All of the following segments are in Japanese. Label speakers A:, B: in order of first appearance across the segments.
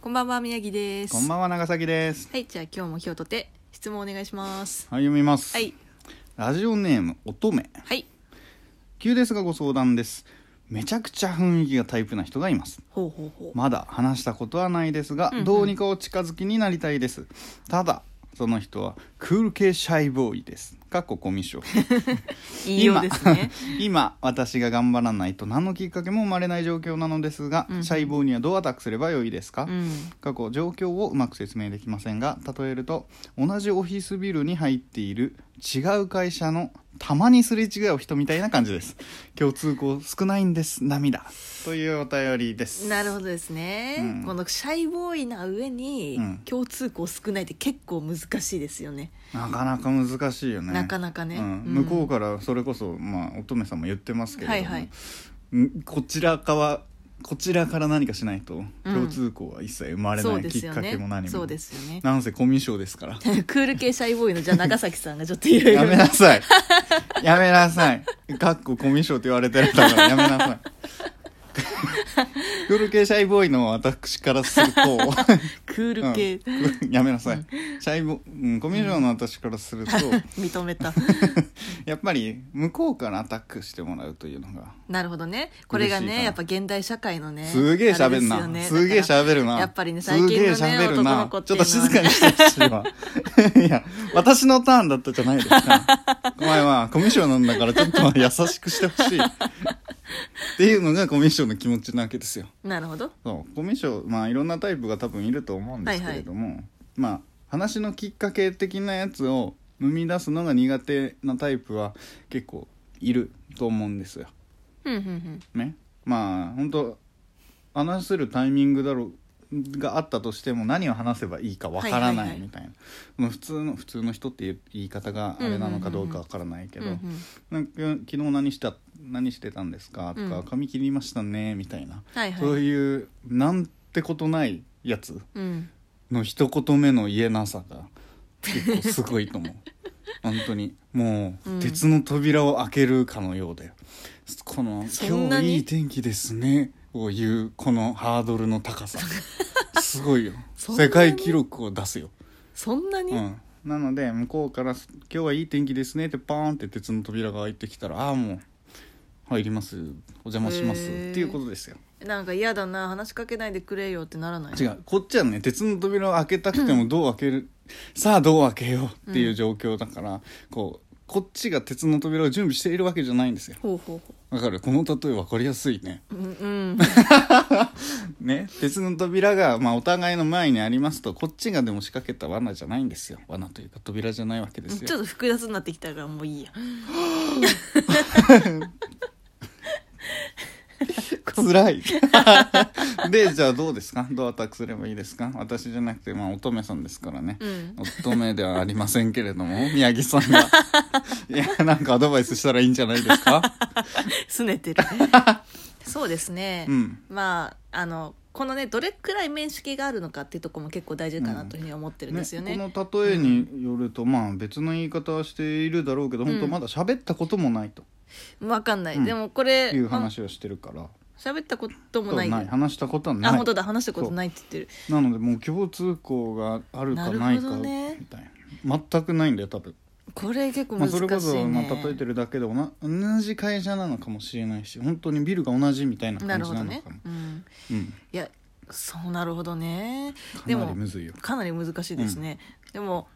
A: こんばんは宮城です
B: こんばんは長崎です。
A: はいじゃあ今日も今日とて質問お願いします
B: はい読みます。
A: はい
B: ラジオネーム乙女。
A: はい
B: 急ですがご相談です。めちゃくちゃ雰囲気がタイプな人がいます。
A: ほうほうほう
B: まだ話したことはないですが、
A: うんうん
B: どうにかお近づきになりたいです。ただその人はクール系シャイボーイです。かっこコミショ。
A: いいようですね
B: 今私が頑張らないと何のきっかけも生まれない状況なのですが、
A: うんうん
B: シャイボーイにはどうアタックすればよいですか、
A: うん
B: 過去状況をうまく説明できませんが例えると同じオフィスビルに入っている違う会社のたまにすれ違う人みたいな感じです共通項少ないんです涙というお便りです
A: なるほどですね、
B: うん
A: このシャイボーイな上に、
B: うん
A: 共通項少ないって結構難しいですよね
B: なかなか難しいよね
A: なかなかね
B: うん
A: うん
B: 向こうからそれこそ、まあ、乙女さんも言ってますけれども、
A: はいはい
B: んこちら側こちらから何かしないと
A: うん
B: 共通項は一切生まれない、
A: そうで
B: き
A: す
B: っ
A: よ
B: かけも何
A: ね
B: も
A: そうですよね
B: なんせコミュ障ですから
A: クール系シャイボーイのじゃあ 長崎さんがちょっといろいろ
B: やめなさいやめなさいかっこコミュ障って言われてるんだからやめなさ いクール系シャイボーイの私からする と
A: クール系、
B: うんやめなさい、シャイボーうん、コミュ障の私からす ると、
A: 認め た
B: やっぱり向こうからアタックしてもらうというのが
A: なるほどねこれが
B: 嬉しいか
A: ね
B: な
A: やっぱ現代社会のね
B: すげえ喋ん
A: あれ
B: な
A: です
B: げえ
A: よねだから
B: 喋るな
A: やっぱりね
B: すげえ
A: 最近のね
B: 喋る
A: 男
B: な
A: の子っ
B: ち
A: て
B: ょ
A: いう
B: っ
A: の
B: と
A: は
B: 静かにしてほしいわ いや私のターンだったじゃないですかお前はコミュ障なんだからちょっとは優しくしてほしいっていうのがコミュ障の気持ちなわけですよ
A: なるほど
B: そうコミュ障まあいろんなタイプが多分いると思うんですけれども、まあ話のきっかけ的なやつを生み出すのが苦手なタイプは結構いると思うんですよ
A: うんうんうん
B: ねまあ本当話せるタイミングだろうがあったとしても何を話せばいいかわから
A: はいはい
B: な
A: はいい
B: みたいな、まあ普通の普通の人っていう言い方があれなのかどうかわからないけど、
A: うんうん
B: なんか昨日何した何してたんですかとか、
A: うん
B: 髪切りましたねみたいな、
A: はいはい
B: そういうなんてことないやつ
A: うん
B: の一言目の言えなさが結構すごいと思う 本当にもう、
A: うん
B: 鉄の扉を開けるかのようでこの「
A: そんな
B: 今
A: に
B: 日いい天気ですね」を言うこのハードルの高 さすごいよ
A: そんなに
B: 世界記録を出すよ、
A: そんなに、
B: うん、なので向こうから「今日はいい天気ですね」ってパーンって鉄の扉が開いてきたら「ああもう入りますお邪魔します」っ
A: へー
B: ていうことですよ
A: なんか嫌だな話しかけないでくれよってならない
B: 違うこっちはね鉄の扉を開けたくてもどう開ける、さあどう開けようっていう状況だから、こうこっちが鉄の扉を準備しているわけじゃないんですよ
A: ほうほうほ
B: わかるこの例え分かりやすいね
A: ううん うん
B: ね鉄の扉が、まあ、お互いの前にありますとこっちがでも仕掛けた罠じゃないんですよ罠というか扉じゃないわけです
A: ちょっ
B: よ
A: と複雑になってきたからもういいや
B: 辛い でじゃあどうですかどうアタックすればいいですか私じゃなくて、まあ、乙女さんですからね、
A: うん
B: 乙女ではありませんけれども、 宮城さ んが。いや、なんかアドバイスしたらいいんじゃないですか
A: 拗ねてる そうですね、
B: うん。
A: まああのこのねどれくらい面識があるのかっていうところも結構大事かなというふうに思ってるんですよね,、
B: ねこの例えによると、まあ別の言い方はしているだろうけど、
A: うん
B: 本当まだ喋ったこともないと
A: 分かんない、
B: うん
A: でもこれ
B: いう
A: まあ
B: 話をしてるから。
A: 喋ったことも
B: と
A: ない
B: ない話したことはない
A: あ本当だ話したことないって言ってる
B: なのでもう共通項があるかない
A: なるほど
B: かみ
A: ね
B: たいな、全くないんだよ多分、
A: これ結構
B: まあ、
A: 難しいね、
B: それこそ、まあ、例えてるだけでおな同じ会社なのかもしれないし本当にビルが同じみたいな
A: な
B: 感
A: る
B: じ
A: ほ
B: な
A: ど
B: の
A: ね
B: かも、
A: うん
B: うん、
A: いやそうなるほどねで
B: かな
A: も
B: りむずいよ
A: かなり難しいですね、でも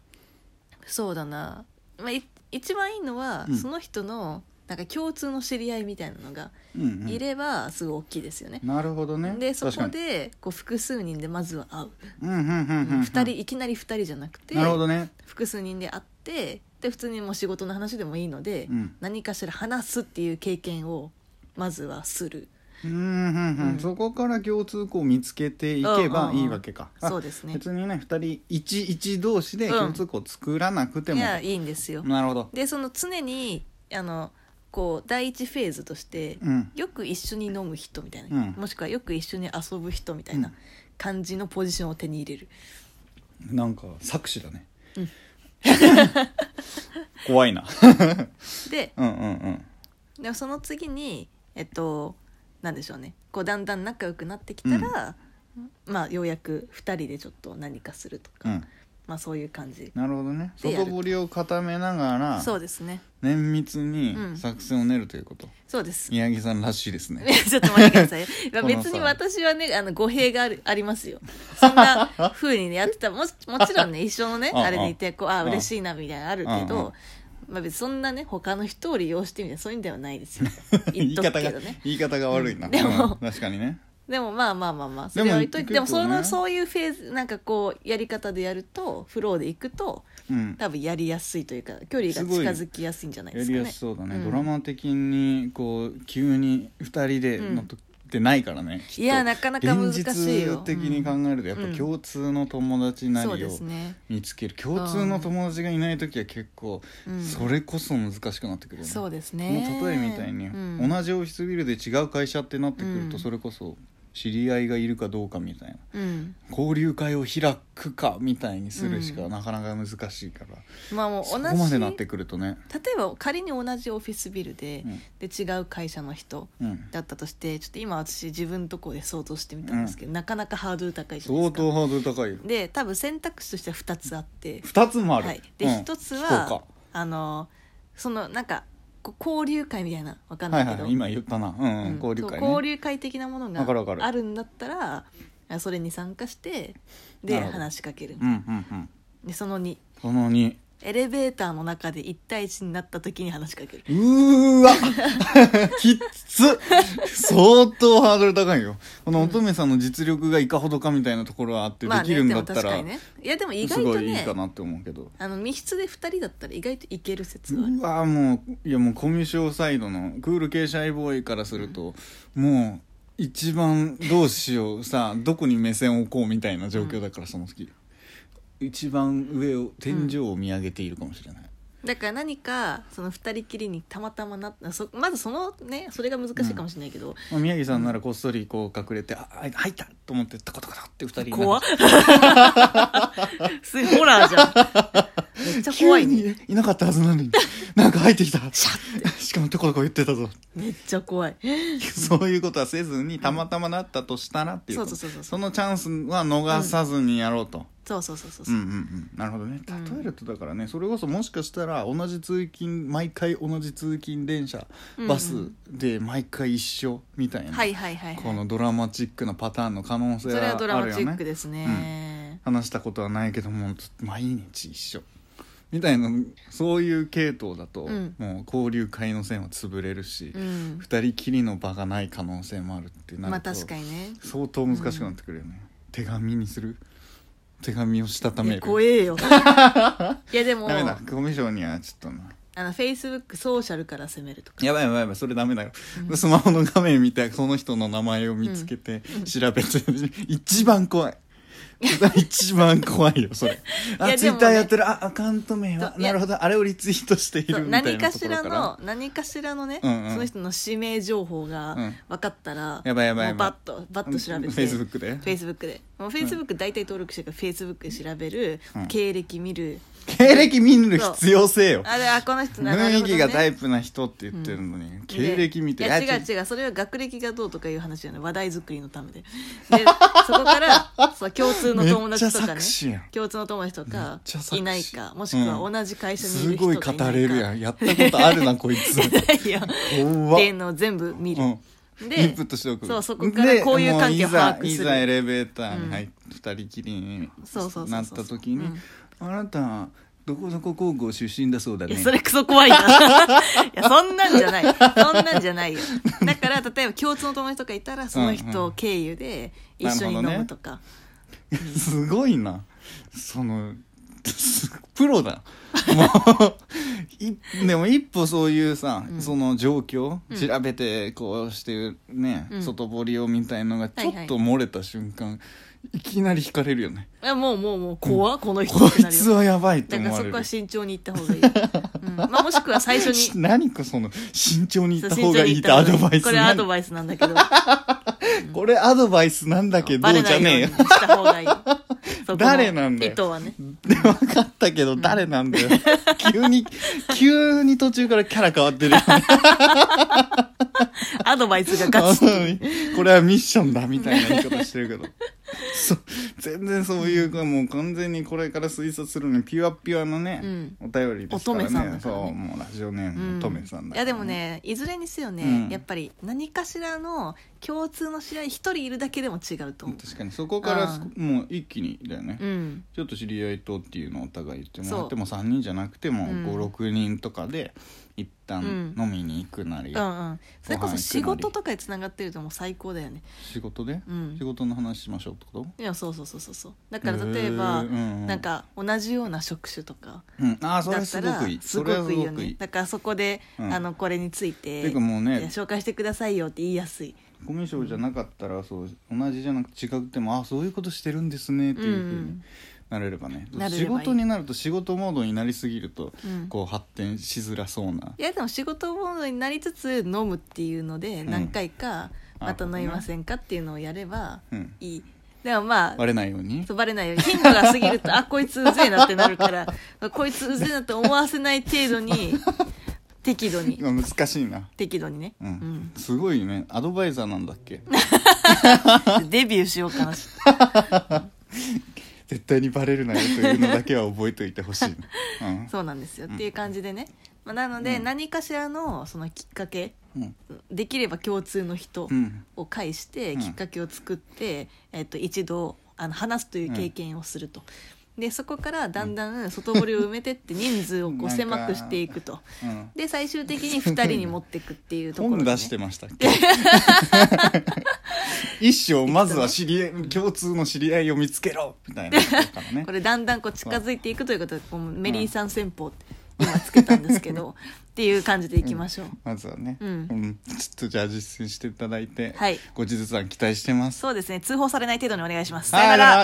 A: そうだな、まあ、い一番いいのは、
B: うん
A: その人のなんか共通の知り合いみたいなのが
B: うんうん
A: いればすごい大きいですよね、
B: なるほどね
A: でそ
B: 確か
A: こ
B: に
A: でこう複数人でまずは会う
B: うんうんうんうんうん
A: 二人いきなり2人じゃなくて
B: なるほどね
A: 複数人で会ってで普通にもう仕事の話でもいいので、
B: うん
A: 何かしら話すっていう経験をまずはする
B: うんうんうん、
A: うん
B: そこから共通項を見つけていけばいいわけか、あ
A: そうですね
B: 別にね二人一一同士で共通項を作らなくて
A: い
B: も、
A: やいいんですよ
B: なるほど
A: でその常にあのこう第一フェーズとして、
B: うん
A: よく一緒に飲む人みたいな、
B: うん
A: もしくはよく一緒に遊ぶ人みたいうなん感じのポジションを手に入れる、
B: なんか作詞だね、
A: うん
B: 怖いな
A: で
B: うんうんうん
A: でもその次にえっとなんでしょうねこうだんだん仲良くなってきたら、まあようやく2人でちょっと何かすると
B: う
A: か、
B: ん、
A: まあそういう感じ
B: なるほどね
A: でや
B: 外
A: ると
B: 堀を固めながら
A: そうですね
B: 綿密に
A: うん
B: 作戦を練るということ、
A: そうです
B: 宮城さんらしいですね
A: ちょっと待ってくださ い。まあ
B: このさ
A: 別に私はね、あの、語弊がある、ありますよ。そんな風にね、やって た。もし、もちろんね、一緒のね、
B: うんうん
A: あれでいて、こう、あ
B: うん
A: 嬉しいな、みたいなのあるけ
B: うんうん
A: ど、まあ別にそんなね、他の人を利用してみたいな、そういうんではないですよ。 言
B: 言
A: っ
B: い
A: とく
B: 方
A: け
B: が
A: どね。
B: 言い方が悪いな、
A: でも
B: うん確かにね
A: でもまあまあまあまあ、そ
B: でも
A: れは置いといて、
B: 結
A: で
B: 構
A: も
B: ね
A: その、そういうフェーズ、なんかこう、やり方でやると、フローでいくと、
B: うん
A: 多分やりやすいというか、距離が
B: す
A: 近
B: ごい
A: づきやすいんじゃない
B: や
A: です
B: り
A: か
B: や
A: ね
B: す。そうだね、
A: うん
B: ドラマ的にこう急に2人で
A: うん
B: のとってないからね、きっと
A: いや、なかなか難しいよ。
B: 現実的に考
A: うん
B: えるとやっぱ共通の友達な
A: そう
B: り
A: で
B: を
A: すね。
B: 見つける、共通の友達がいない時は結構
A: うん
B: それこそ難しくなってくるよね、
A: そうですね
B: この例えみたいに、
A: うん
B: 同じオフィスビルで違う会社ってなってくると、
A: うん
B: それこそ知り合いがいるかどうかみたいな
A: うん
B: 交流会を開くかみたいにするしか
A: うん
B: なかなか難しいから、
A: まあもう
B: そ
A: 同
B: こ
A: じ
B: までなってくるとね、
A: 例えば仮に同じオフィスビルで,、
B: うん
A: で違う会社の人
B: うん、
A: だったとしてちょっと今私自分のところで想像してみたんですけど、なかなかハードル高いじゃないで
B: 相
A: すか
B: 当ハードル高いよ
A: で多分選択肢としては2つあって、
B: 2つもある、
A: はい、で
B: うん
A: 1つ
B: 聞こ
A: は、あのそのなんかこう交流会みたいなわか
B: うんかは
A: ないいけど、
B: はい今言ったな、うんうん
A: うん
B: 交流会、
A: そう
B: ね、
A: 交流会的なもの
B: わかるわかる
A: があるんだったらあそれに参加して
B: な
A: で
B: るほど
A: 話しかける
B: うんうんうん
A: でその2
B: その2
A: エレベーターの中で1対1になった時に話しかける
B: うーわ きっつ相当ハードル高いよこの乙女さんの実力がいかほどかみたいなところはあってで
A: まあ
B: き
A: ね
B: るん
A: で
B: だ
A: も
B: った
A: 確
B: ら、
A: かにねいやでも意
B: す
A: 外
B: ご
A: と
B: いいいか
A: ね
B: なって思うけど
A: あの密室で2人だったら意外といける説はある
B: うわもういやもうコミュ障サイドのクール系シャイボーイからすると、もう一番どうしようさどこに目線を置こうみたいな状況だから、その時一番上を天井を見上げているかもしれない、
A: だから何かその2人きりにたまたまなったそまずそのねそれが難しいかもしれないけど、
B: まあ、宮城さんならこっそりこう隠れて「ああ入った!」と思ってタコタコタコって二人
A: 怖っ すごいホラーじゃんめっちゃ怖
B: 怖い
A: いね
B: にいなかったはずなのになんか入ってきたしかもタコタコ言ってたぞ
A: めっちゃ怖い
B: そういうことはせずにたまたまなったとしたらっていうこと
A: そうそうそうそう
B: そのチャンスは逃さずにやろうと、
A: そうそうそうそう
B: う
A: そ
B: ん
A: う、
B: うんうん、なるほどね
A: うん
B: 例えるとだからね、それこそもしかしたら同じ通勤毎回同じ通勤電車
A: うんうん
B: バスで毎回一緒みたいな、
A: はいはいはいはい
B: このドラマチックなパターンの可能性
A: それは
B: は
A: ドラ
B: ある
A: マ
B: よ
A: チック
B: ね
A: ですね
B: 話したことはないけども毎日一緒みたいなそういう系統だと、
A: うん
B: もう交流会の線は潰れるし、
A: うん、
B: 二人きりの場がない可能性もあるってな
A: まあ
B: ると、
A: 確かにね
B: 相当難しくなってくるよね、手紙にする手紙をしたた
A: い
B: め
A: や
B: る
A: 怖え よいやでも
B: ダメだコミュ障にはちょっとな
A: あのフェイスブックソーシャルから攻めるとか
B: やばいやばいやばいそれダメだよ、スマホの画面見てその人の名前を見つけて調べて、一番怖い 一番怖いよそれ
A: い
B: あ
A: や
B: ツ
A: で
B: イ
A: も
B: ッ
A: ね
B: ターやってるあアカウント名は
A: そういや
B: なるほどあれをリツイートしてい
A: そう
B: るみたい
A: 何
B: な
A: か
B: とこ
A: し
B: ろ
A: ら
B: から
A: の何かしらのね、
B: うんうん
A: その人の指名情報が
B: うん
A: 分かったら、
B: やばいやばいやばい
A: もうバッとバッと調べて
B: フェイスブック
A: フ
B: で
A: ェイスブックでもうフェイスブック大体登録してるからフェイスブックで調べる、
B: うん
A: 経歴見る
B: 経歴見る必要性よ
A: あれあこの人な
B: 雰囲気がタ
A: い
B: イプな人って言ってるのに、経歴見て
A: い
B: あ
A: や
B: ち
A: 違
B: ょ
A: う違うそれは学歴がどうとかいう話じゃない話題作りのため ででそこからそう共通の友達と
B: めっちゃ
A: かね
B: 作詞やん
A: 共通の友達と
B: めっ
A: か
B: ちゃ作詞
A: いないかもしくは同じ会社にい
B: す
A: る人
B: ご
A: が
B: い
A: いないか、
B: 語れるやんやったことあるなこいつ
A: いやっ
B: 怖
A: ていうのを全部見る、
B: イン
A: で
B: プットしておく
A: そうそこからこういう関係を把握
B: でもうい
A: す
B: ざい
A: る
B: ざエレベーターに入って二人きりに
A: そうそうそうそう
B: なった時に
A: うん
B: 「あなたどこどこ高校出身だそうだ
A: い
B: ね
A: や」そ れクソ怖いないやそんなんじゃないそんなんじゃないよだから例えば共通の友達とかいたらその人経由で一緒に飲むとか、
B: すごいなその プ ロだもういでも一歩そういうさ、
A: うん
B: その状況
A: うん
B: 調べてこうしてね、
A: うん
B: 外堀をみたいのがちょっと漏れた瞬間、いきなり惹かれるよね
A: いやもうもうもう怖、この人
B: こ
A: ってないる
B: つ
A: よ
B: はやばいと
A: だか
B: 思
A: ら
B: わ
A: そ
B: れる
A: こは慎重に行った方がいい、 うんまあ、もしくは最初
B: し
A: に
B: 何かその慎重にいっ
A: そう
B: た
A: 慎
B: 方が
A: 重に
B: いい
A: 行
B: っ
A: ってた方が
B: アドバイス
A: これアド
B: なん
A: バイスなんだけど
B: これアドバイスなんだけど
A: バレ
B: じ
A: な
B: ゃ
A: いよう
B: ねえ
A: に
B: よ
A: した方がいいそこの
B: 誰なんだよ
A: 意図はね
B: で分かったけど誰なん だよ、急に急に途中からキャラ変わってるよね
A: アドバイスがガチッ
B: うんこれはミッションだみたいな言い方してるけどそ全然そういうもう完全にこれから推察するのにピュアピュアのね、
A: うん
B: お便りですからね
A: 乙女さんだからね
B: そう もうラジオネーム乙女さん
A: い
B: だ
A: や
B: から
A: でもねいずれにせよね、
B: うん
A: やっぱり何かしらの共通の知り合い一人いるだけでも違うと思う、
B: 確かにそこから
A: あ
B: もう一気にだよね、
A: うん、
B: ちょっと知り合いとっていうのをお互い言ってもらっ
A: そ
B: て
A: う
B: も3人じゃなくても
A: うん
B: 56人とかで一旦
A: うん
B: 飲みに行くなり、
A: うんうんそれこ
B: ご飯行くな
A: そ
B: り
A: 仕事とかでつながってるともう最高だよね
B: 仕事で、
A: うん
B: 仕事の話しましょうってこと
A: いやそうそうそうそうそうだから例えば、
B: へーうんうん
A: なんか同じような職種とか
B: うん、ああそれ
A: だっ
B: は
A: た
B: すご
A: ら
B: くいい
A: す
B: そ
A: ご
B: れは
A: く
B: す
A: いい
B: ご
A: よ
B: くい
A: ね
B: い
A: だからそこで、
B: うん
A: あのこれについて
B: ていうかもう
A: いや
B: ね
A: 紹介してくださいよって言いやすい
B: コミュ障じゃなかったらそう同じじゃなくて違くてもああそういうことしてるんですねっていうふう
A: う
B: に
A: ん
B: なれればね、
A: なれ
B: 仕
A: ればいい
B: 事になると仕事モードになりすぎると、
A: うん
B: こう発展しづらそうない
A: やでも仕事モードになりつつ飲むっていうので
B: ん
A: 何回か
B: あ
A: また飲みませんかっていうのをやれば
B: うん
A: いい、でもまあ
B: バレないように
A: そうバレないように頻度が過ぎるとあこいつうぜえなってなる からこいつうぜえなって思わせない程度に適度に
B: うん難しいな、
A: 適度にね、
B: うんすごいねアドバイザーなんだっけ
A: うんデビューしようかな
B: 絶対にバレるなよというのだけは覚えておいてほしい な、うん
A: そうなんですよ、っていう感じでね、まあ、なので
B: うん
A: 何かしらのそのきっかけ
B: うん
A: できれば共通の人
B: うん
A: を介して
B: うん
A: きっかけを作って、えっと、一度あの話すという経験をすると。でそこからだんだん外堀を埋めてって人数をこ
B: なん
A: う
B: か
A: 狭くしていくと
B: うん
A: で最終的に2人に持っていくっていうところ、
B: 本出してましたっ け一生まずは知り合い共通の知り合いを見つけろみたいなとこから ね
A: これだんだんこう近づいていくということでこうメリーさん戦法って今つけたんですけ どっていう感じでいきましょう、
B: まずはね、
A: うん
B: ちょっとじゃあ実践していただいて、
A: はい
B: 後日談期待してます。
A: そうですね通報されない程度にお願いします
B: はい
A: さよなら